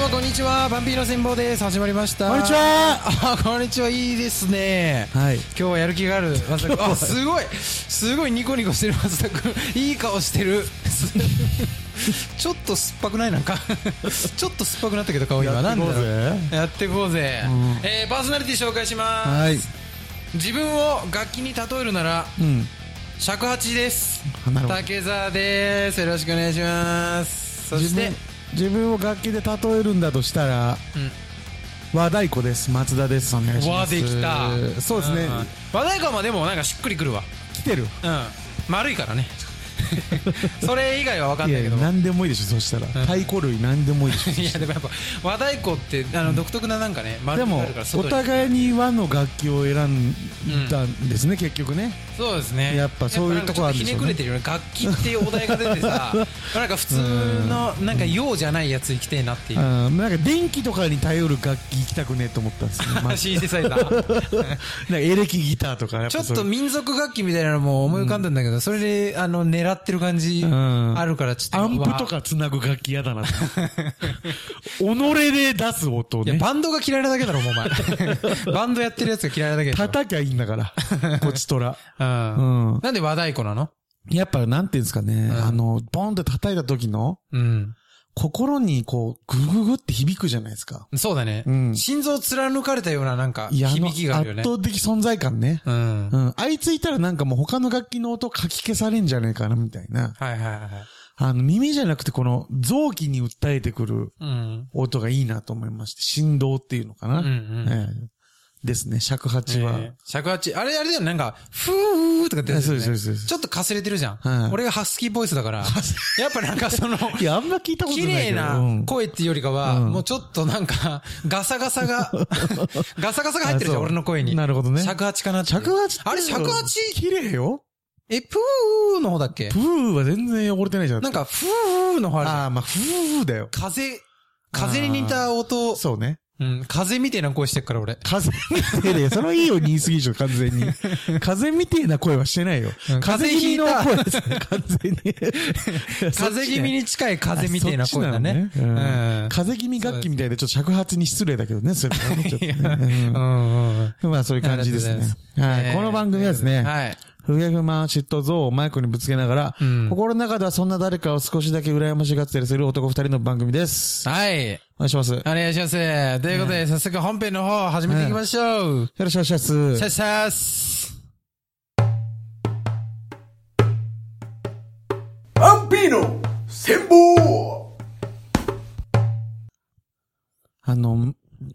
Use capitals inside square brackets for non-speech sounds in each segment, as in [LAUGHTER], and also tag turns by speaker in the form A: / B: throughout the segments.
A: ンピーの戦望です始まりました
B: こんにちは
A: あ [LAUGHS] こんにちはいいですね
B: はい
A: 今日はやる気がある松
B: [LAUGHS]
A: 田君あすごいすごいニコニコしてる松田君いい顔してる [LAUGHS] すちょっと酸っぱくないなんか [LAUGHS] ちょっと酸っぱくなったけど顔今
B: やって
A: な
B: こうぜ
A: んだろうやってこうぜ、えーパーソナリティ紹介します、
B: はい
A: 自分を楽器に例えるなら
B: うん
A: 尺八です
B: なるほど
A: 竹澤ですよろしくお願いしますそして
B: 自分自分を楽器で例えるんだとしたら、
A: ん
B: 和太鼓です松田ですお願いし
A: 和
B: ます
A: できた
B: そうですね
A: ん和太鼓もでもなんかしっくりくるわ
B: 来てる
A: うん丸い
B: [LAUGHS]
A: からねそれ以外は分かん
B: い
A: な
B: や
A: い
B: い
A: け
B: や
A: ども
B: 何でもいいでしょそしたら、太鼓類何でもいいでしょ
A: いやでもやっぱ和太鼓ってあの独特ななんかね丸
B: で
A: みが [LAUGHS]
B: も
A: あるから
B: お
A: 外に
B: 互いに和の楽器を選んだんですね、結局ね
A: そうですね
B: やっぱそういうとこあるんでしょうね
A: やっぱなんかちょっとひねくれてるよね楽器っていうお題が出てさなんか普通の
B: [LAUGHS]
A: なんか用じゃないやつ生きてえなっていう
B: あーなんか電気とかに頼る楽器行きたくねえと思ったん
A: [LAUGHS]
B: ですよ、まあ
A: シンセサイザー
B: なんかエレキギターとかやぱ
A: ちょっ
B: そうい
A: と
B: う
A: 民族楽器みたいなのも思い浮かんだんだけど、それで、あの、狙ってる感じ、
B: ん
A: あるから、ちょっと。
B: アンプとかつなぐ楽器嫌だな [LAUGHS] って己で出す音を
A: いや、
B: ね
A: バンドが嫌いなだけだろ、お
B: [LAUGHS]
A: 前。バンドやってるやつが嫌いなだけだ
B: 叩きゃいいんだ [LAUGHS] からこちとら
A: ろ。
B: う
A: うん。
B: ん
A: なんで和太鼓なの
B: やっぱなんていうんですかね、
A: ん
B: あのボンって叩いた時の
A: うん。
B: 心にこうグググって響くじゃないですか
A: そうだね。
B: うん
A: 心臓貫かれたような、なんか、
B: いやあの
A: 響き
B: 圧
A: があ
B: 倒
A: るよね。
B: 的存在感ね
A: うん。
B: うん。あいついたらなんかもう他の楽器の音かき消されんじゃねえかな、みたいな。
A: はいはいはい。
B: あの、耳じゃなくてこの臓器に訴えてくる
A: うん。
B: 音がいいなと思いまして、振動っていうのかな。
A: うんうん
B: ええですね、尺八は。
A: えー尺八。あれ、あれだよね、なんか、ふーとかってやつだよね
B: えそうですそうですそうです
A: ちょっとかすれてるじゃん。
B: はい
A: 俺がハスキーボイスだから、やっぱなんかその、
B: いや、あんま聞いたことな
A: 綺
B: いけど。
A: 麗な声っていうよりかは、
B: うん
A: もうちょっとなんか、ガサガサ
B: [LAUGHS]
A: が、ガサガサが入ってるじゃ
B: あそ
A: ん、
B: う
A: 俺の声に。
B: なるほどね
A: 尺八かなっていう
B: 尺八って
A: あれ尺八
B: 綺麗よ。
A: え、プーの方だっけ
B: プーは全然汚れてないじゃん。
A: なん、か、ふーの方あるじゃん
B: ああ、まあ、ふーだよ。
A: 風、風に似た音、
B: そうね。
A: うん、風みたいな声してるから俺。
B: 風
A: [LAUGHS]
B: みてえで、そのいいよ、言い過ぎでしょ、完全に。風みてえな声はしてないよ
A: うん。
B: 風邪気味の
A: 風
B: 声ですね、完全
A: [LAUGHS]
B: に。
A: 風気味に近い風みたいな声だ
B: あそ
A: ね
B: っ。ちなの
A: うん
B: 風邪気味楽器みたいで、ちょっと尺八に失礼だけどね、それはねちょっとね
A: うんうんうん
B: うんまあ、そういう感じです
A: ありがとうご
B: ね。
A: ざいます
B: は
A: え
B: い。
A: ー
B: この番組はですね、
A: はい。
B: 不平不満、嫉妬、憎悪をマイクにぶつけながら、
A: うん
B: 心の中ではそんな誰かを少しだけ羨ましがってたりする男二人の番組です。
A: はい。
B: お願いします。よ
A: お願いします。ということで、早速本編の方始めていきましょう。
B: ろしくお願いします
A: さ。っさっす。
C: アンピーの戦法
B: あの、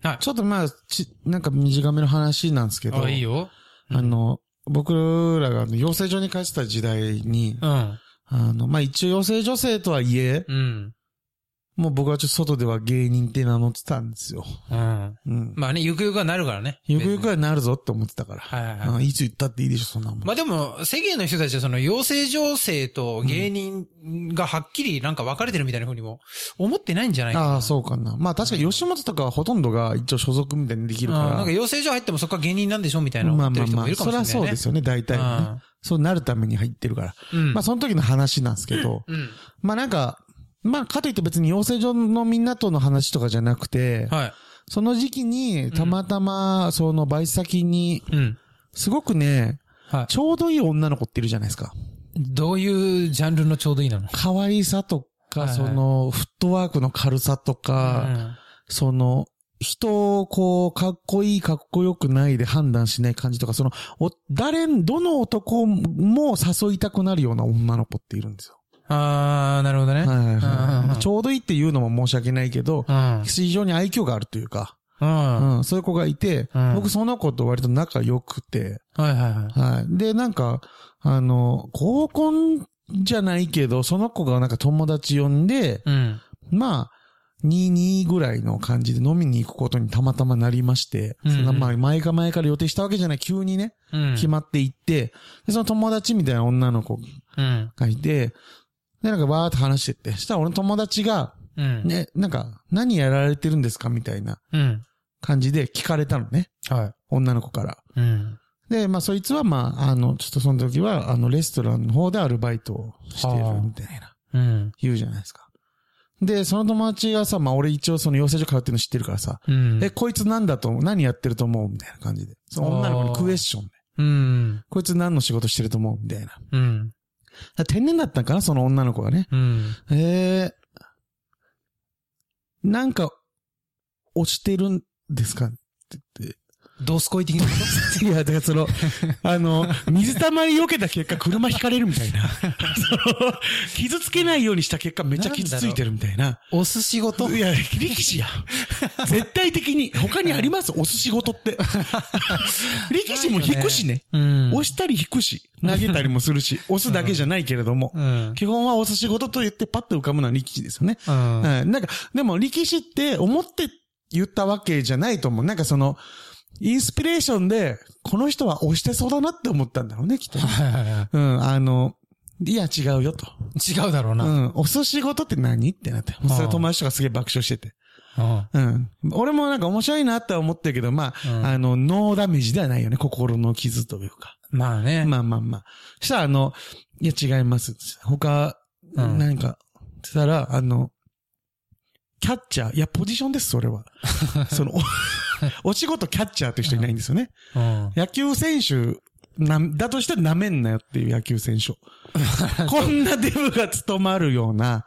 A: はい
B: ちょっとまあ、ち、なんか短めの話なんですけど、
A: あ、いいよ。
B: あの、僕らがあの養成所に通ってた時代に、
A: うん。
B: あの、まあ一応養成女性とはいえ、
A: うん。
B: もう僕はちょっと外では芸人って名乗ってたんですよ。
A: うん。
B: うん。
A: まあね、ゆくゆくはなるからね。
B: ゆくゆくはなるぞって思ってたから。
A: はいはいはい
B: うんいつ言ったっていいでしょ、そんなもん。
A: まあでも、世間の人たちはその養成情勢と芸人がはっきりなんか分かれてるみたいな風にも思ってないんじゃないかな。
B: ああ、そうかな。まあ確かに吉本とかはほとんどが一応所属みたいにでき
A: うん。
B: るから。
A: なんか養成所入ってもそこは芸人なんでしょみたいな
B: ま
A: 思
B: あ
A: って
B: まあ
A: る人
B: ま
A: もい
B: あ、
A: るか
B: そ
A: もし
B: り
A: れないね。
B: ゃそうですよね、大体は
A: う
B: ね
A: ん。
B: そうなるために入ってるから。
A: うん。
B: まあその時の話なんですけど、
A: うん。
B: まあなんか、まあかといって別に養成所のみんなとの話とかじゃなくて、
A: はい。
B: その時期にたまたまそのバイト先に、
A: うん。
B: すごくね、
A: はい。
B: ちょうどいい女の子っているじゃないですか。
A: どういうジャンルのちょうどいいなの
B: 可愛さと
A: はい
B: か、
A: はい
B: その、フットワークの軽さとか、その、人をこう、かっこいい、かっこよくないで判断しない感じとか、その、お、誰ん、どの男も誘いたくなるような女の子っているんです
A: う
B: よ。
A: ん。あー、なるほどね。
B: はいはい
A: うんうんう
B: は
A: ん
B: い。ちょうどいいっていうのも申し訳ないけど、
A: うん。
B: 非常に愛嬌があるというか、
A: うん。
B: うん、そういう子がいて
A: うん、
B: 僕その子と割と仲良くて、
A: はいはいはい。
B: はい。で、なんか、あの、合コンじゃないけど、その子がなんか友達呼んで、
A: うん。
B: まあ、22ぐらいの感じで飲みに行くことにたまたまなりまして、
A: うんうん
B: そんなまあ前か前から予定したわけじゃない、急にね、
A: うん。
B: 決まって行って、で、その友達みたいな女の子
A: うん。
B: がいて、で、なんかわーって話してって、したら俺の友達が、
A: うん。
B: ね、なんか、何やられてるんですかみたいな
A: うん。
B: 感じで聞かれたのね、
A: は
B: 女の子から。
A: い。うん。
B: で、まあそいつはまあ、あの、ちょっとその時は、あの、レストランの方でアルバイトをしてるみたい
A: う
B: な、
A: ん。
B: 言うじゃないですか。で、その友達がさ、まあ俺一応その養成所通ってるの知ってるからさ、
A: うん。
B: え、こいつなんだと思う何やってると思うみたいな感じで。その女の子にクエスチョンね。
A: うん。
B: こいつ何の仕事してると思うみたいな。だか
A: うん。
B: ら天然だったんかなその女の子がね。
A: うん。
B: ええなんか、落ちてるんですか
A: ドスコイ的なこ
B: いや、だからその、あ
A: [LAUGHS]
B: の、水たまり避けた結果、車引かれるみたいな。その傷つけないようにした結果、めっちゃ傷ついてるみたいな。
A: と押す仕事
B: いや、力士や。絶対的に、他にありますお寿司
A: [LAUGHS]
B: 事って。力士も引くしね。
A: うん。
B: 押したり引くし、投げたりもす
A: [LAUGHS]
B: るし、押すだけじゃないけれども
A: う。ん。
B: 基本はお寿司事と言ってパッと浮かぶのは力士ですよね。
A: うん。
B: うんなんか、でも力士って思って言ったわけじゃないと思う。なんかその、インスピレーションで、この人は押してそうだなって思ったんだろうね、きっと。
A: はいはいは
B: うん、あの、いや、違うよと。
A: い違うだろう
B: う
A: な。うん。
B: ん、お寿司事って何ってなって。もうそれ友達とかすげえ爆笑してて。うん。俺もなんか面白いなって思ってるけど、まあ、
A: うん
B: あの、ノーダメージではないよね。心の傷というか。
A: まあね。
B: まあまあまあ。したら、あの、いや、違います。他、
A: うん
B: 何か、って言ったら、あの、キャッチャー、いや、ポジションです、そ
A: [LAUGHS]
B: れは。その、おお仕事キャッチャーっていう人いないんですよね。
A: うん。
B: 野球選手、な、だとして舐めんなよっていう野球選
A: [LAUGHS]
B: 手を。こんなデブが務まるような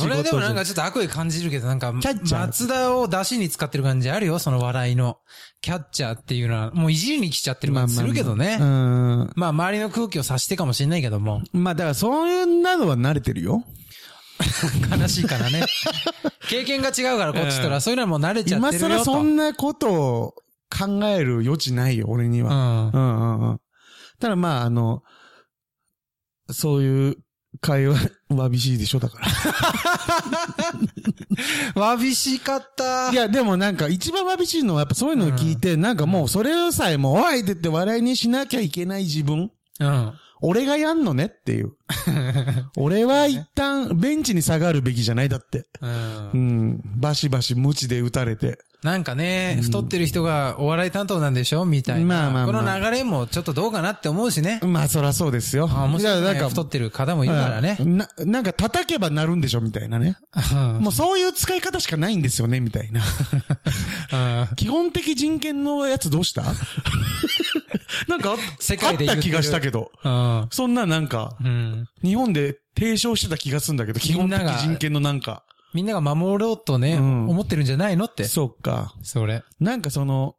A: そ
B: 事じゃ。
A: れでもなんかちょっと悪意感じるけど、なんか、
B: キャッチャー
A: 松田を出しに使ってる感じあるよ、その笑いの。キャッチャーっていうのは、もういじりに来ちゃってる感じするけどね。
B: まあまあまあうん。
A: まあ、周りの空気を察してかもしれないけども、
B: まあだからそういうなのは慣れてるよ。
A: 悲しいから
B: [LAUGHS]
A: ね。経験が違うから、こっちとら、そういうのはもう慣れちゃっ
B: 今
A: てるよと。
B: 更そんなことを考える余地ないよ、俺には。
A: うん。
B: うんうんうん。ただまあ、あの、そういう会話、わびしいでしょ、だから。
A: わびしか [LAUGHS] った
B: い。や、でもなんか一番わびしいのはやっぱそういうのを聞いて、なんかもうそれさえも、おいって言って笑いにしなきゃいけない自分。
A: うん。
B: 俺がやんのねっていう。
A: [LAUGHS]
B: 俺は一旦ベンチに下がるべきじゃないだって。
A: う。
B: うんん。バシバシ無知で打たれて。
A: なんかね、太ってる人がお笑い担当なんでしょみたいな。
B: まあまあまあ
A: この流れもちょっとどうかなって思うしね。
B: まあそらそうですよ。
A: ああ、面白い、
B: だ
A: ね。
B: から
A: 太ってる方もいるからね。
B: うんな、なんか叩けばなるんでしょみたいなね。
A: [LAUGHS] うん
B: もうそういう使い方しかないんですよね、みたいな。
A: うん
B: 基本的人権のやつどうした [LAUGHS] なんかあ、
A: 世界で言
B: あっ
A: ってる
B: た気がしたけど。
A: うん。
B: そんななんか、
A: うん。
B: 日本で提唱してた気がするんだけど、基
A: みん
B: 本的
A: なが
B: 人権のなんか。
A: みんなが守ろうとね、
B: うん
A: 思ってるんじゃないのって。
B: そうか。
A: それ。
B: なんかその、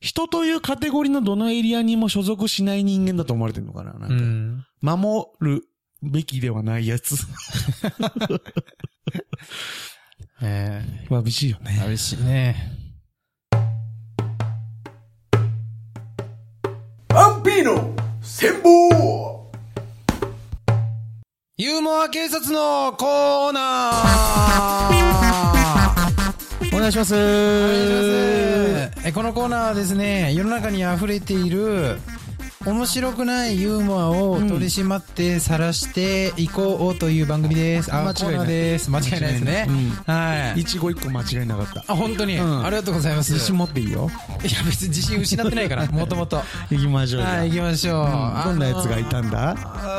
B: 人というカテゴリーのどのエリアにも所属しない人間だと思われてるのかななん
A: う
B: か
A: ん。
B: 守るべきではないや
A: [LAUGHS]
B: つ。
A: え
B: わびしいよね
A: え。寂しいね。
C: アンピーノ戦法
A: ユーモア警察のコーナー
B: お願いします。
A: えこのコーナーはですね、世の中に溢れている、面白くないユーモアを取り締まって晒していこうという番組です。あ、
B: 間違いない
A: コーナーです。間違いないですね。
B: 間違い
A: はい。
B: いちご一個間違いなかった。
A: あ、本当に、
B: うん
A: ありがとうございます。い
B: 自信持っていいよ。
A: や、別に自信失ってない [LAUGHS] から、もともと。
B: 行きましょうよ。
A: はい、行きましょう。
B: うんどんなやつがいたんだ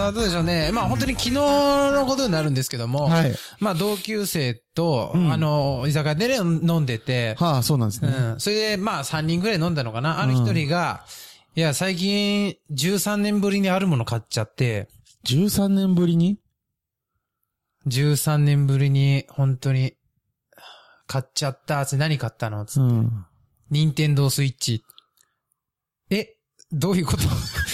A: あーどうでしょうね。まあ本当に昨日のことになるんですけども、
B: はい
A: まあ同級生と、
B: うん
A: あの、居酒屋でね、飲んでて、
B: はあ、そうなんです
A: う
B: ね。
A: ん。それで、まあ3人ぐらい飲んだのかな。ある一人が、いや、最近13年ぶりにあるもの買っちゃって、
B: 13年ぶりに
A: 13年ぶりに本当に、買っちゃった。つって何買ったのつって
B: うん。
A: 任天堂スイッチ。え、どういうこと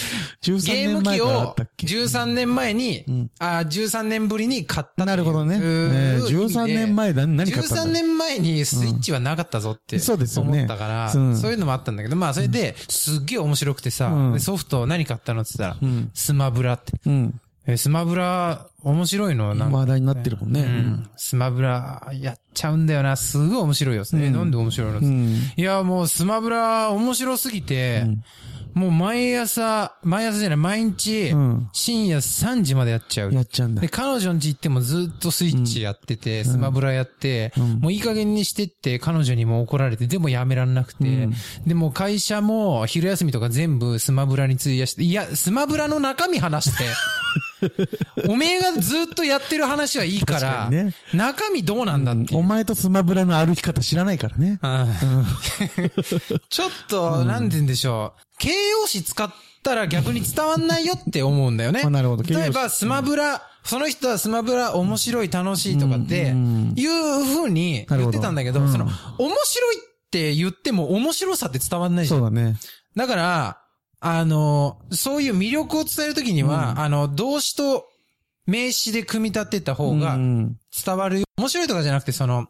A: ゲー
B: 13年
A: ム
B: 前
A: 機
B: からあ
A: を
B: ったっけ
A: 13年前に、
B: うん
A: あー13年ぶりに買ったってい
B: な
A: う
B: るほどね。
A: う
B: ねえ
A: ーん
B: 13年前だ、何買った
A: 13
B: んだ
A: 年前にスイッチはなかったぞって
B: うんそうですよね
A: 思ったから、
B: うん
A: そういうのもあったんだけど、まあそれで、すっげえ面白くてさ、
B: うん
A: でソフト何買ったのって言ったら、
B: うん。
A: スマブラって。
B: うん。
A: えスマブラ、面白いのなんか、
B: 話題になってるもんね。
A: う
B: うん
A: ん。スマブラ、やっちゃうんだよな。すごい面白いよ。え
B: うん
A: なんで面白いの、
B: うん。
A: いや、もうスマブラ面白すぎて、もう毎朝、毎朝じゃない、毎日、
B: うん
A: 深夜3時までやっちゃう。
B: やっちゃうんだ
A: で、。彼女ん家行ってもずっとスイッチやってて、スマブラやって、
B: ん
A: もういい加減にしてって彼女にも怒られて、でもやめらんなくて、
B: うん
A: でもう会社
B: [LAUGHS]
A: も昼休みとか全部スマブラに費やして、いや、スマブラの中身話して、おめえがずっとやってる話はいいから、
B: 確かにね
A: 中身どうなんだっていう
B: お前とスマブラの歩き方知らないからね。。
A: うんちょっと、なんて言うんでしょう。形容詞使ったら逆に伝わんないよって思うんだよね
B: あなるほど
A: 例え
B: 形容
A: ば、スマブラ、その人はスマブラ面白い、楽しいとかって、いう風に言ってたんだけど、
B: なる
A: そ
B: ほど
A: の、
B: うん
A: 面白いって言っても面白さって伝わんないじゃん
B: そうだね。
A: だから、あの、そういう魅力を伝えるときには、あの、動詞と名詞で組み立てた方が
B: うん
A: 伝わるよ。面白いとかじゃなくて、その、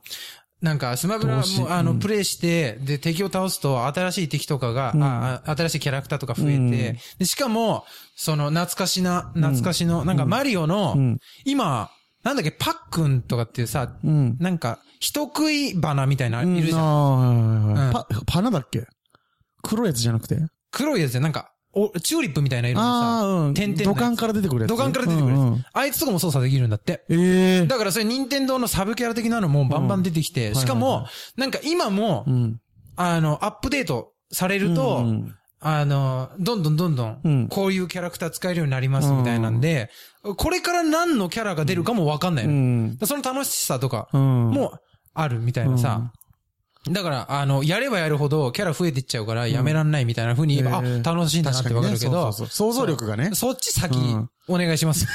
A: なんか、スマブラ
B: 動詞
A: も、あの、
B: うん
A: プレイして、で、敵を倒すと、新しい敵とかが、
B: うん
A: ああ新しいキャラクターとか増えて、
B: うん
A: でしかも、その、懐かしな、懐かしの、なんか、マリオの、
B: うん
A: 今、なんだっけ、パックンとかっていうさ、
B: うん。
A: なんか、人食い花みたいな、いるじゃん。
B: ん。あーはいはいはい
A: うん
B: パ、花だっけ黒いやつじゃなくて
A: 黒いやつで、なんか、お、チューリップみたいな色のさ、
B: ああ、うん。
A: 点々のやつ
B: 土管から出てくるやつ。
A: 土管から出てくるやつ
B: うんうん
A: あいつとかも操作できるんだって。
B: ええ。
A: だからそれ、任天堂のサブキャラ的なのもバンバン出てきて、
B: ん
A: しか
B: はいはい
A: も、なんか今も
B: う、ん。
A: あの、アップデートされる
B: う
A: と、
B: ん
A: あの、どんどんどんど
B: うんん、
A: こういうキャラクター使えるようになりますみたいなんで、これから何のキャラが出るかもわかんないうの。
B: ん。
A: その楽しさとか
B: うん。
A: もあるみたいなさ。だから、あの、やればやるほどキャラ増えていっちゃうからやめらんないみたいな風に言えば、あ
B: へー、
A: 楽しいんだなってわかるけど、
B: そうそうそう想像力がね。
A: そっち先
B: うん、
A: お願いします。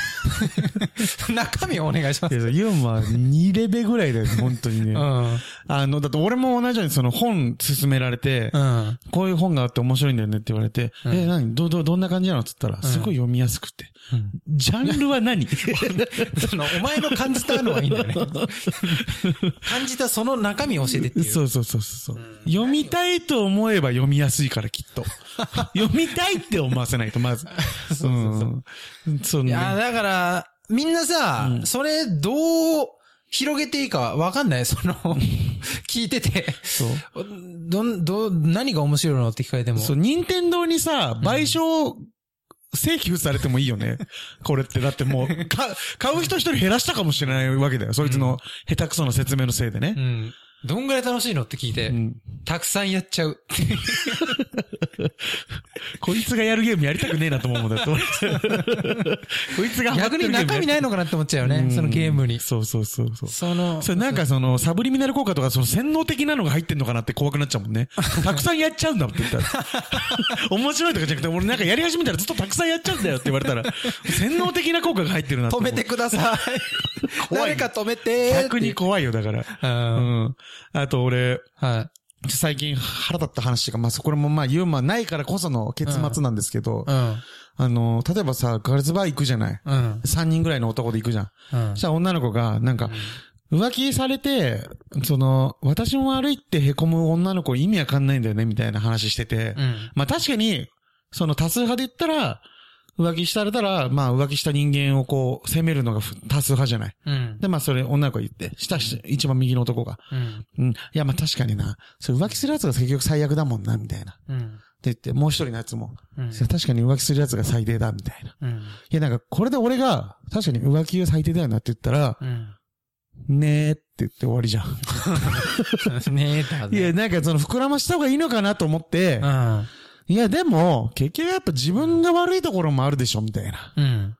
A: [LAUGHS] 中身をお願いしま
B: い
A: す。
B: やユーモア2レベぐらいだよ、本当にね
A: う。ん。
B: あの、だって俺も同じようにその本勧められて、
A: うん。
B: こういう本があって面白いんだよねって言われて、
A: うん
B: え、何ど、ど、どんな感じなのって言ったら、すごい読みやすくて。ジャンルは [LAUGHS] 何
A: その、お前の感じたのはいいんだよ
B: [LAUGHS]
A: ね。感じたその中身を教えてっていう。
B: そうそうそうそう。う読みたいと思えば読みやすいからきっ [LAUGHS] と。読みたいって思わせないと、まず。 [LAUGHS] そうそうそう。そん
A: いや、
B: な。
A: だから、みんなさ、
B: うん
A: それ、どう、広げていいかわかんない。その、 [LAUGHS] 聞いてて、
B: そう。
A: どん、どう、何が面白いのって聞かれても。
B: そう、任天堂にさ、賠償、請求されてもいい
A: [LAUGHS]
B: よね。これって、だってもう、か、買う人一人減らしたかもしれないわけだよ。そいつの下手くそな説明のせいで
A: う
B: ね。
A: ん。どんぐらい楽しいのって聞いて、
B: うん。
A: たくさんやっちゃう。
B: こいつがやるゲームやりたくねえなと思うんだよ。俺
A: [LAUGHS]
B: こいつがハマっ
A: 逆
B: てるゲ
A: に
B: ームやり
A: 中身ないのかなって思っちゃうよね。そのゲームに。
B: そうそうそうそう。
A: その、
B: それなんかその、サブリミナル効果とか、その洗脳的なのが入ってんのかなって怖くなっちゃうも
A: [LAUGHS]
B: んね。たくさんやっちゃうんだって言ったら。面白いとかじゃなくて、俺なんかやり始めたらずっとたくさんやっちゃうんだよって言われたら、洗脳的な効果が入ってるなって
A: 止
B: 思う
A: めてください。
B: 怖い
A: 誰か止めてーって。
B: 逆に怖いよ、だから。
A: う。
B: うんん。あと俺、
A: はい。
B: 最近腹立った話とか、まあ、そこらもまあ、ユーマないからこその結末なんですけど、
A: うん。
B: あの、例えばさ、ガールズバー行くじゃない
A: うん。
B: ?3 人ぐらいの男で行くじゃん。
A: うん
B: そし。たら女の子が、なんか、浮気されて、その、私も悪いって凹む女の子意味わかんないんだよね、みたいな話してて。
A: うん。
B: まあ確かに、その多数派で言ったら、浮気されたら、まあ浮気した人間をこう、責めるのがふ多数派じゃない。
A: うん。
B: で、まあそれ女の子言って、したし、一番右の男が。
A: うん。
B: うん。いや、まあ確かにな。それ浮気する奴が結局最悪だもんな、みたいな。って
A: うん。
B: 言って、もう一人のやつも。
A: うん
B: それ確かに浮気する奴が最低だ、みたいな。
A: うん。
B: いや、なんか、これで俺が、確かに浮気が最低だよなって言ったら、
A: うん。
B: ねーって言って終わりじゃん。
A: ねえ、だ
B: いや、なんかその膨らました方がいいのかなと思って、
A: ね。
B: いや、でも、結局やっぱ自分が悪いところもあるでしょ、みたいな。
A: うん。うん。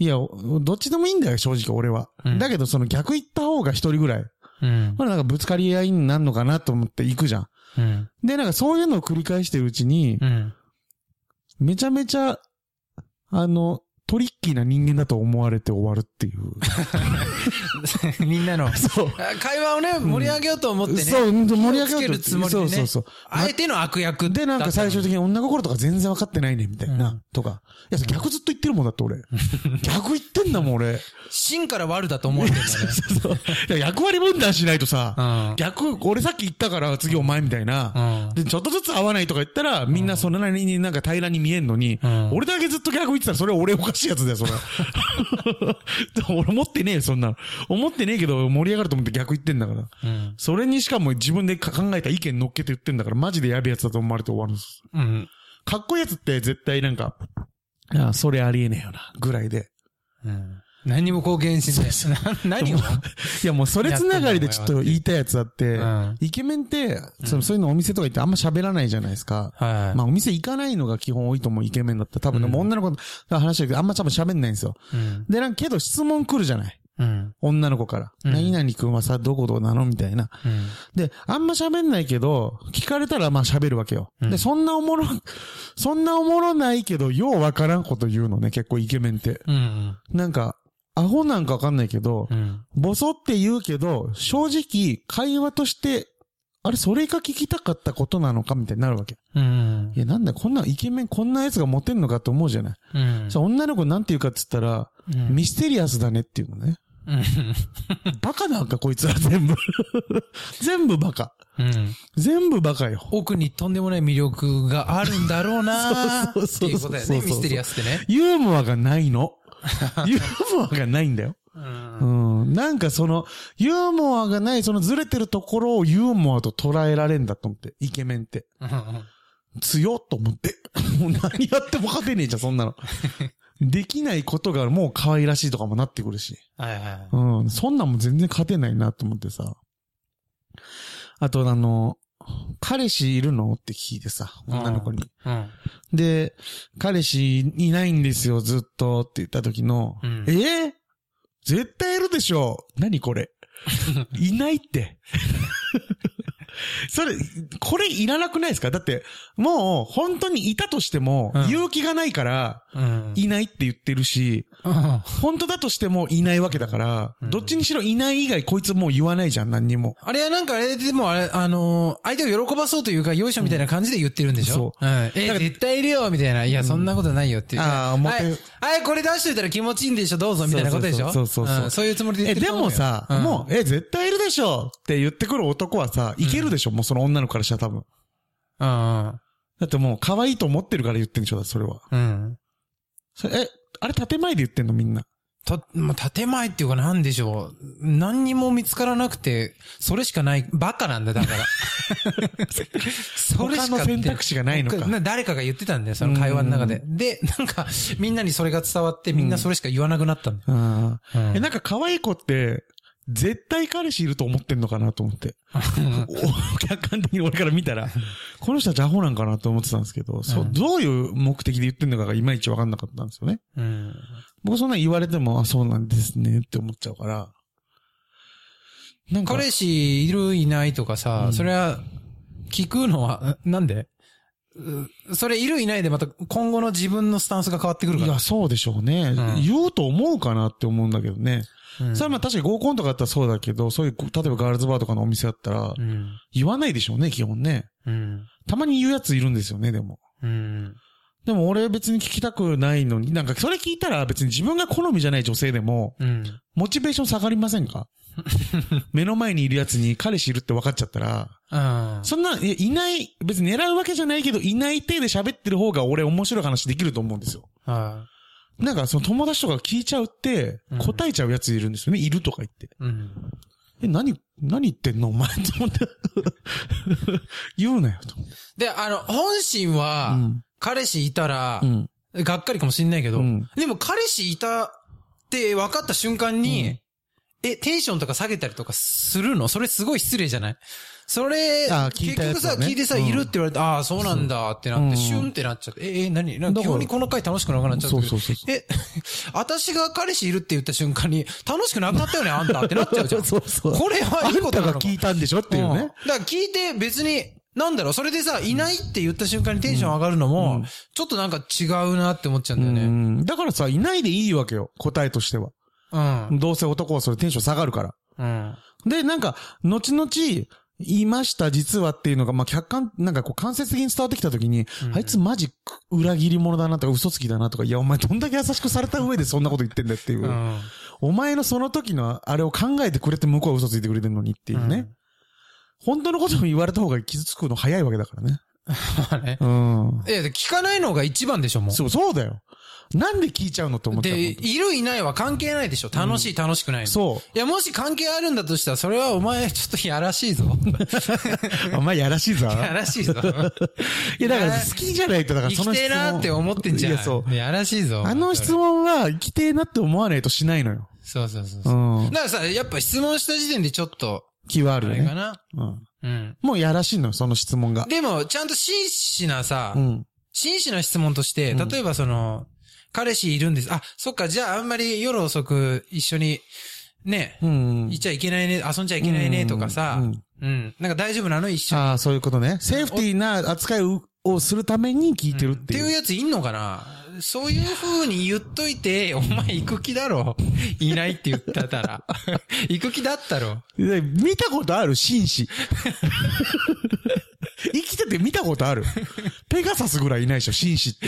B: いや、おどっちでもいいんだよ、正直俺は。
A: うん
B: だけど、その逆行った方が一人ぐらい。
A: うん
B: こ。れなんかぶつかり合いになるのかなと思って行くじゃん。
A: うん。
B: で、なんかそういうのを繰り返してるうちに、
A: うん。
B: めちゃめちゃ、あの、トリッキーな人間だと思われて終わるっていう。
A: みんなの、
B: そう。
A: あ会話をね、盛り上げようと思ってね。
B: そう、うん盛り上げよう
A: つけるつもりで
B: そ
A: ね
B: うそうそう。
A: あえての悪役
B: で、なんか最終
A: 的
B: 的に女心とか全然分かってないね、みたいうな、とか。いや、それ逆ずっと言ってるもんだって、 [LAUGHS] 俺。逆言ってんだもん、俺。
A: 真から悪だと思われてるんだね。
B: そうそう。役割分担しないと
A: う
B: さ、
A: ん。
B: 逆、俺さっき言ったから次お前みたいな。
A: うん。
B: で、ちょっとずつ合わないとか言ったら、みんなそれなりになんか平らに見えんのに
A: うん、
B: [LAUGHS] 俺だけずっと逆言ってたら、それ俺おかしいやつだよ、 [LAUGHS] それ。俺思ってねえよ、そんなの。思ってねえけど、盛り上がると思って逆言ってんだから。
A: うん。
B: それにしかも自分で考えた意見乗っけて言ってんだから、マジでやべえやつだと思われて終わるんです。
A: うん。
B: かっこいいやつって絶対なんか、ああそれありえねえよな、ぐらいで。
A: うん。何も貢献しない。な何を
B: いや、もうそれつながりでちょっと言いたいやつあって、
A: うん
B: イケメンって、そのそういうのお店とか行ってあんま喋らないじゃないですか。
A: はい。
B: まあお店行かないのが基本多いと思う、イケメンだったら。多分ね、
A: うん
B: もう女の子の話だけど、あんま多分喋んないんですよ。
A: うん。
B: で、なんかけど質問来るじゃない
A: うん。
B: 女の子から。
A: うん
B: 何々くんはさ、どこどこなのみたいな。
A: うん。
B: で、あんま喋んないけど、聞かれたらまあ喋るわけよ。
A: うん
B: で、そんなおもろ、そんなおもろないけど、ようわからんこと言うのね、結構イケメンって。
A: うん。
B: なんか、アホなんかわかんないけど、
A: うん。
B: ボソって言うけど、正直、会話として、あれ、それが聞きたかったことなのかみたいになるわけ。
A: うん
B: い。や、なんだ、こんなイケメン、こんなやつがモテんのかと思うじゃない。
A: うん。
B: そう女の子なんて言うかって言ったら、
A: うん。
B: ミステリアスだねっていうのね。
A: うん。
B: バカなんか、こいつら全部。 [LAUGHS] 全部バカ。
A: うん。
B: 全部バカよ。
A: 奥にとんでもない魅力があるんだろうな
B: そ
A: ーっ
B: う
A: て
B: そうそうそう
A: いうことだよね、ミステリアスってね。
B: ユーモアがな
A: [LAUGHS]
B: いの。ユーモアがないんだよ。
A: う。
B: うんん。なんかその、ユーモアがない、そのずれてるところをユーモアと捉えられんだと思って、イケメンって。強っと思って。 [LAUGHS] もう何やっても勝てねえじゃん、そんなの。できないことがもう可愛らしいとかもなってくるし。
A: はいは
B: うん。そんなんも全然勝てないなと思ってさ。あと、あの、彼氏いるのって聞いてさ、女の子
A: い。
B: に。
A: うん。
B: で、彼氏いないんですよ、ずっとって言った時の、
A: うん
B: えー絶対いるでしょ何
A: [LAUGHS]
B: これいないって。それ、これいらなくないですかだって、もう本当にいたとしても
A: うん、
B: 勇気がないから、
A: うん。
B: いないって言ってるし、
A: うん
B: 本当だとしてもいないわけだから、
A: うん
B: どっちにしろいない以外こいつもう言わないじゃん、何にも。
A: あれはなんかあれでもあれ、あのー相手を喜ばそうというか、よいしょみたいな感じで言ってるんでしょ、うん、え、絶対いるよみたいな。いや、そんなことないよっていう。
B: ああ思っ
A: は
B: て
A: い、はい、これ出しといたら気持ちいいんでしょどうぞみたいなことでしょ
B: そうそうそうそうん
A: そういうつもりで言
B: え、
A: ってる
B: で
A: と思う
B: も
A: よ
B: さ、もう、え、絶対いるでしょって言ってくる男はさ、いけるでしょ、もうその女の子からしたら多分。
A: うん。うん。
B: だってもう可愛いと思ってるから言ってんでしょ、それは。
A: うん。
B: それえ、あれ建前で言ってんのみんな。
A: た、まあ、建前っていうかなんでしょう。何にも見つからなくて、それしかない、バカなんだ、だから。それ
B: 他
A: しか
B: の選択肢がないのか。
A: な誰かが言ってたんだよ、その会話の中で。で、なんか、みんなにそれが伝わって、みんなそれしか言わなくなったんだよ。
B: あ
A: う
B: ー
A: ん
B: え、なんか可愛い子って、絶対彼氏いると思ってんのかなと思って。お客観的に俺から見たら、この人たちアホなんかなと思ってたんですけど、そううんどういう目的で言ってんのかがいまいちわかんなかったんですよね。
A: うん。
B: 僕そんなん言われても、あ、そうなんですねって思っちゃうから。なん
A: [LAUGHS]
B: か、
A: 彼氏いるいないとかさ、
B: うん
A: それは、聞くのは、んなんでうそれいるいないでまた今後の自分のスタンスが変わってくる
B: い
A: から
B: や、。そうでしょうね。
A: うん
B: 言うと思うかなって思うんだけどね。
A: うん
B: それはまあ確かに合コンとかだったらそうだけど、そういう、例えばガールズバーとかのお店だったら
A: う、ん。
B: 言わないでしょうね、基本ね。
A: うん。
B: たまに言うやついるんですよね、でも。
A: うん。
B: でも俺別に聞きたくないのに、なんかそれ聞いたら別に自分が好みじゃない女性でも、
A: うん。
B: モチベーション下がりませ
A: [LAUGHS]
B: んか目の前にいるやつに彼氏いるって分かっちゃったら、
A: うん。
B: そんな、いいない、別に狙うわけじゃないけど、いない体で喋ってる方が俺面白い話できると思うんですよ。
A: は
B: なんかその友達とか聞いちゃうって
A: うん、
B: 答えちゃうやついるんですよね、いるとか言って。
A: い。うん。
B: え、何、何言ってんのお前と思って。 [LAUGHS] 言うなよ、と思って。
A: で、あの、本心は、
B: うん
A: 彼氏いたら、
B: うん。
A: がっかりかもしんないけど、
B: うん
A: でも彼氏いたって分かった瞬間に、え、テンションとか下げたりとかするのそれすごい失礼じゃないそれ、
B: あー聞
A: 結
B: いたや
A: 局
B: つ
A: さ
B: だ、ね
A: 聞いてさ、
B: うん
A: いるって言われて、ああ、そうなんだってなって、
B: うん
A: シュンってなっちゃって、え、え、何なんか
B: だから
A: 急にこの回楽しくなくなっちゃって。
B: そうそうそうそ
A: え、 [LAUGHS] 私が彼氏いるって言った瞬間に、楽しくなくなったよね、あんたってなっちゃうじゃん。
B: [LAUGHS] そうそう
A: これはいい
B: あん
A: こと
B: た
A: なの
B: が
A: か
B: 聞いたんでしょっていう
A: うん
B: ね
A: だ。から聞いて別に、なんだろう、それでさ、いないって言った瞬間にテンション上がるのも、
B: うん
A: ちょっとなんか違うなって思っちゃうん
B: う
A: だよね。
B: ん。だからさ、いないでいいわけよ、答えとしては。
A: うん。
B: どうせ男はそれテンション下がるから。
A: うん。
B: で、なんか、後々、言いました、実はっていうのが、まあ、客観、なんかこう、間接的に伝わってきたときに、
A: うん
B: あいつマジ裏切り者だなとか、嘘つきだなとか、いや、お前どんだけ優しくされた上でそんなこと言ってんだよっていう。
A: うん。
B: お前のその時のあれを考えてくれて向こうは嘘ついてくれてるのにっていうね。
A: うん
B: 本当のことも言われた方が傷つくの早いわけだからね。
A: まあね。
B: うん。
A: いや、聞かないのが一番でしょ、もう。
B: そう、そうだよ。なんで聞いちゃうのと思っちゃう
A: で、いるいないは関係ないでしょ。楽しい楽しくないの。
B: そ
A: いや、もし関係あるんだとしたら、それはお前、ちょっとやらしい
B: [LAUGHS]
A: ぞ。 [LAUGHS]
B: う。お前やらしいぞ。
A: やら
B: [LAUGHS]
A: しいぞ。
B: いや、だから好きじゃないと、だから
A: 生
B: その
A: き
B: 質
A: て
B: 問。
A: えなって思ってんじゃん。
B: いや、そう。
A: やらしいぞ。
B: あの質問は、生きてえなって思わないとしないのよ。
A: そうそうそう
B: う
A: そう。
B: ん
A: だ。からさ、やっぱ質問した時点でちょっと、
B: 気はあ
A: あ
B: る
A: れか
B: ね。
A: な。
B: うん。
A: うん。
B: もうやらしいのよ、その質問が。
A: でも、ちゃんと真摯なさ
B: う、ん。
A: 真摯な質問として、
B: うん
A: 例えばその、彼氏いるんです。あ、そっか、じゃああんまり夜遅く一緒に、ね、
B: うん。
A: 行っちゃいけないね、遊んじゃいけないねとかさ
B: う、ん
A: うん。なんか大丈夫なの一緒に。
B: ああ、そういうことね。セーフティーな扱いををするために聞いてるっていう。
A: やついんのかなそういう風に言っといて、お前行く気だ
B: [LAUGHS]
A: ろ。いないって言ったたら。 [LAUGHS] 行く気だった
B: [LAUGHS]
A: ろ。
B: で見たことある
A: [LAUGHS]
B: 紳士。生きてて見たことある。ペガサスぐらいいないでしょ、紳士って。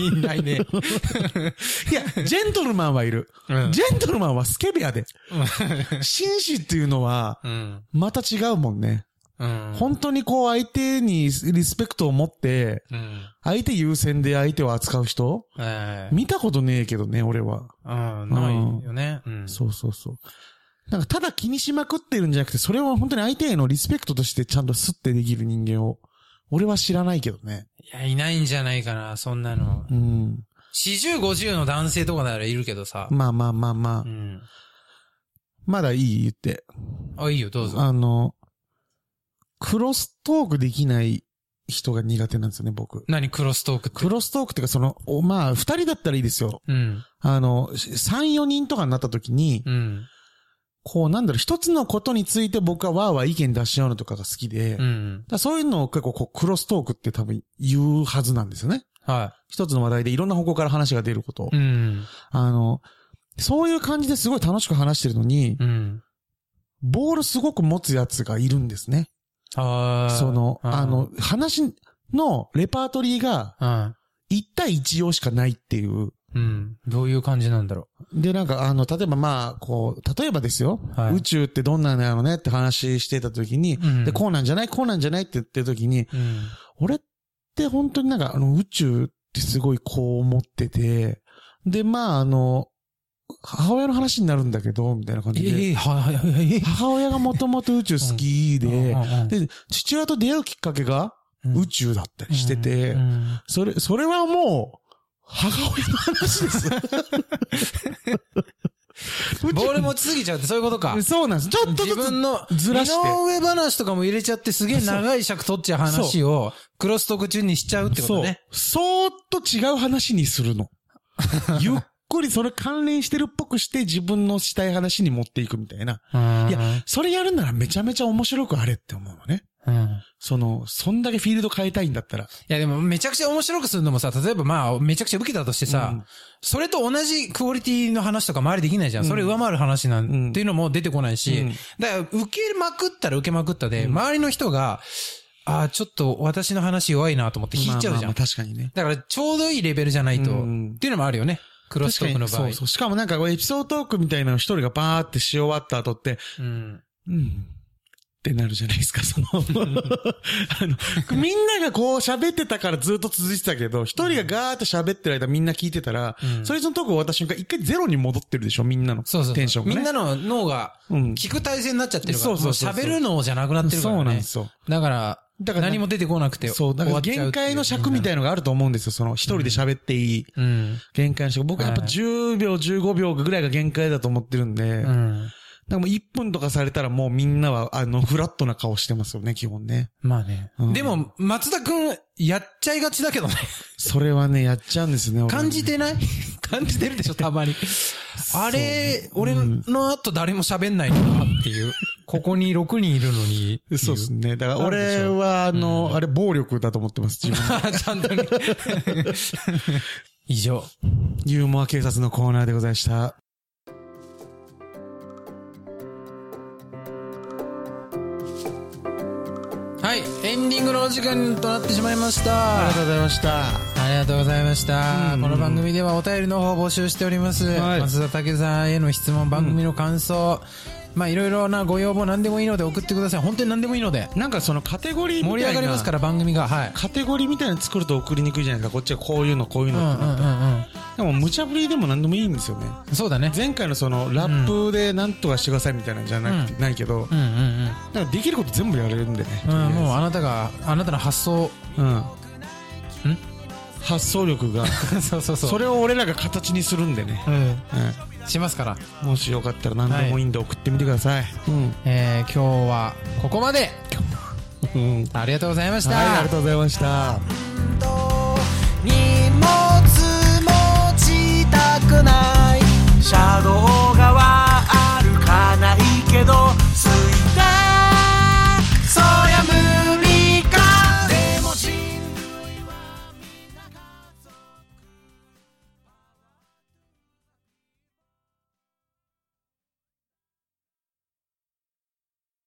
A: いないね。
B: いや、ジェントルマンはいる。
A: うん
B: ジェントルマンはスケベアで。紳士っていうのは、
A: うん。
B: また違うもんね。
A: うん。
B: 本当にこう相手にリスペクトを持って、
A: うん。
B: 相手優先で相手を扱う人
A: ええ
B: 見たことねえけどね、俺は。
A: うん。ないよね。うん。
B: そうそうそう。なんかただ気にしまくってるんじゃなくて、それは本当に相手へのリスペクトとしてちゃんとスッてできる人間を。俺は知らないけどね。
A: いや、いないんじゃないかな、そんなの。
B: うん。
A: 40、50の男性とかならいるけどさ。
B: まあまあまあま
A: う
B: あ。
A: ん。
B: まだいい言って。
A: あ、いいよ、どうぞ。
B: あの、クロストークできない人が苦手なんですよね、僕。
A: 何、クロストークって
B: ク。ロストークっていうか、その、おまあ、二人だったらいいですよ。
A: うん。
B: あの、三、四人とかになった時に、
A: うん。
B: こう、なんだろう、一つのことについて僕はわーわー意見出し合うのとかが好きで、
A: う
B: だか
A: ん。
B: らそういうのを結構こう、クロストークって多分言うはずなんですよね。
A: は
B: 一つの話題でいろんな方向から話が出ることを
A: い。うん。
B: あの、そういう感じですごい楽しく話してるのに、
A: うん。
B: ボールすごく持つやつがいるんですね。
A: あー
B: その、
A: うん
B: あの、話のレパートリーが
A: うん。
B: 1対1用しかないっていう。
A: うん。どういう感じなんだろ
B: で、なんか、あの、例えばまあ、こう、例えばですよ。
A: はい
B: 宇宙ってどんなんだろうねって話してた時に、
A: う。うん
B: で、こうなんじゃないこうなんじゃないって言ってる時に、
A: うん。
B: 俺って本当になんか、あの、宇宙ってすごいこう思ってて、で、まあ、あの、母親の話になるんだけど、みたいな感じで。
A: ええ、はいはいはいはい。
B: 母親がもともと宇宙好きで、
A: で、
B: で、父親と出会うきっかけが宇宙だったりしてて、
A: うんうん
B: それ、それはもう、母親の話です。 [LAUGHS]
A: [LAUGHS]
B: 宇宙
A: ボール持ちすぎちゃうってそういうことか。
B: そうなんです。ちょっと
A: 自
B: ずつ
A: 分の、
B: ずらして
A: 身の上話とかも入れちゃってすげえ長い尺取っちゃう話を、クロストーク中にしちゃうってことね。
B: そう。そーっと違う話にす
A: [LAUGHS]
B: るの。ゆっくりそれ関連してるっぽくして自分のしたい話に持っていくみたいな。
A: い
B: いや、それやるならめちゃめちゃ面白くあれって思うのね。
A: うん
B: その、そんだけフィールド変えたいんだったら。
A: いやでもめちゃくちゃ面白くするのもさ、例えばまあ、めちゃくちゃ受けたとしてさ、
B: うん
A: それと同じクオリティの話とか周りできないじゃん。
B: うん
A: それ上回る話なん、
B: うん
A: っていうのも出てこないし、
B: うん
A: だから受けまくったら受けまくったで、周りの人が、ああ、ちょっと私の話弱いなと思って引いちゃうじゃん。
B: まあまあまあ確かにね。
A: だからちょうどいいレベルじゃないと、
B: うん
A: っていうのもあるよね。クロストークの場合。
B: そうそう。しかもなんかこうエピソードトークみたいなの一人がバーってし終わった後って、
A: うん。
B: うん。ってなるじゃないですか、
A: [LAUGHS]
B: その。あの、みんながこう喋ってたからずっと続いてたけど、一人がガーッと喋ってる間みんな聞いてたら、
A: うん
B: それぞのトーク終わった瞬間、一回ゼロに戻ってるでしょ、みんなの。
A: そうそうそう
B: テンションが、ね。
A: みんなの脳が
B: うん。
A: 聞く体制になっちゃってるから、
B: そうそうそうそう
A: も喋る脳じゃなくなってるからね。
B: そうなんですよ。
A: だから、
B: だから
A: 何も出てこなくて。
B: そう、だから
A: 終わっちゃう
B: 限
A: っていう
B: 界の尺みたいのがあると思うんですよ、その、一人で喋っていい。
A: うん。
B: 限界の尺。僕はやっぱ
A: はい
B: 10秒、15秒ぐらいが限界だと思ってるんで、
A: う
B: なん
A: ん。
B: かもう1分とかされたらもうみんなは、あの、フラットな顔してますよね、基本ね。
A: まあね。
B: うん
A: でも、松田くん、やっちゃいがちだけどね。
B: それはね、やっちゃうんですね、俺
A: 感じてない [LAUGHS] 感じてるでしょ、たまに。あれ、俺の後誰も喋んないなっていう。ここに6人いるのに。
B: そうですね。だから
A: なる
B: 俺
A: でしょ
B: は、あの、あれ暴力だと思ってます、自分。
A: [LAUGHS] あちゃんとね。 [LAUGHS] 以上。
B: ユーモア警察のコーナーでございました。
A: はい、エンディングのお時間となってしまいました。
B: ありがとうございました。
A: ありがとうございました。
B: うん
A: この番組ではお便りの方を募集しております。
B: はい
A: 松田武さんへの質問、番組の感想、まあいろいろなご要望何でもいいので送ってください。本当に何でもいいので。
B: なんかそのカテゴリーみたいな。。
A: 盛り上がりますからら番組が。はい。
B: カテゴリーみたいなの作ると送りにくいじゃないですか。こっちはこういうの、こういう
A: うん
B: の
A: う
B: ってなって。
A: ん
B: でも、無茶ぶりでも何でもいいんですよね。
A: そうだね
B: 前回のその、ラップで何とかしてくださいみたいなんじゃなくて、
A: う
B: ないけど、
A: うんうん
B: だからできること全部やれるんでね。
A: うん、うん、
B: とり
A: もう
B: あ
A: あなたがあなたの発想 [LAUGHS]
B: えずうん。発想力が、
A: そうそうそ
B: そうれを俺らが形にするんでね。
A: うん
B: う
A: しますから、
B: んもしよかったら何でもいいんで送ってみてください。うん。
A: えー、今日はここまで
B: うん。
A: ありがとうございました、
B: はい、ありがとうございました。
D: 「荷物持ちたくない」「車道側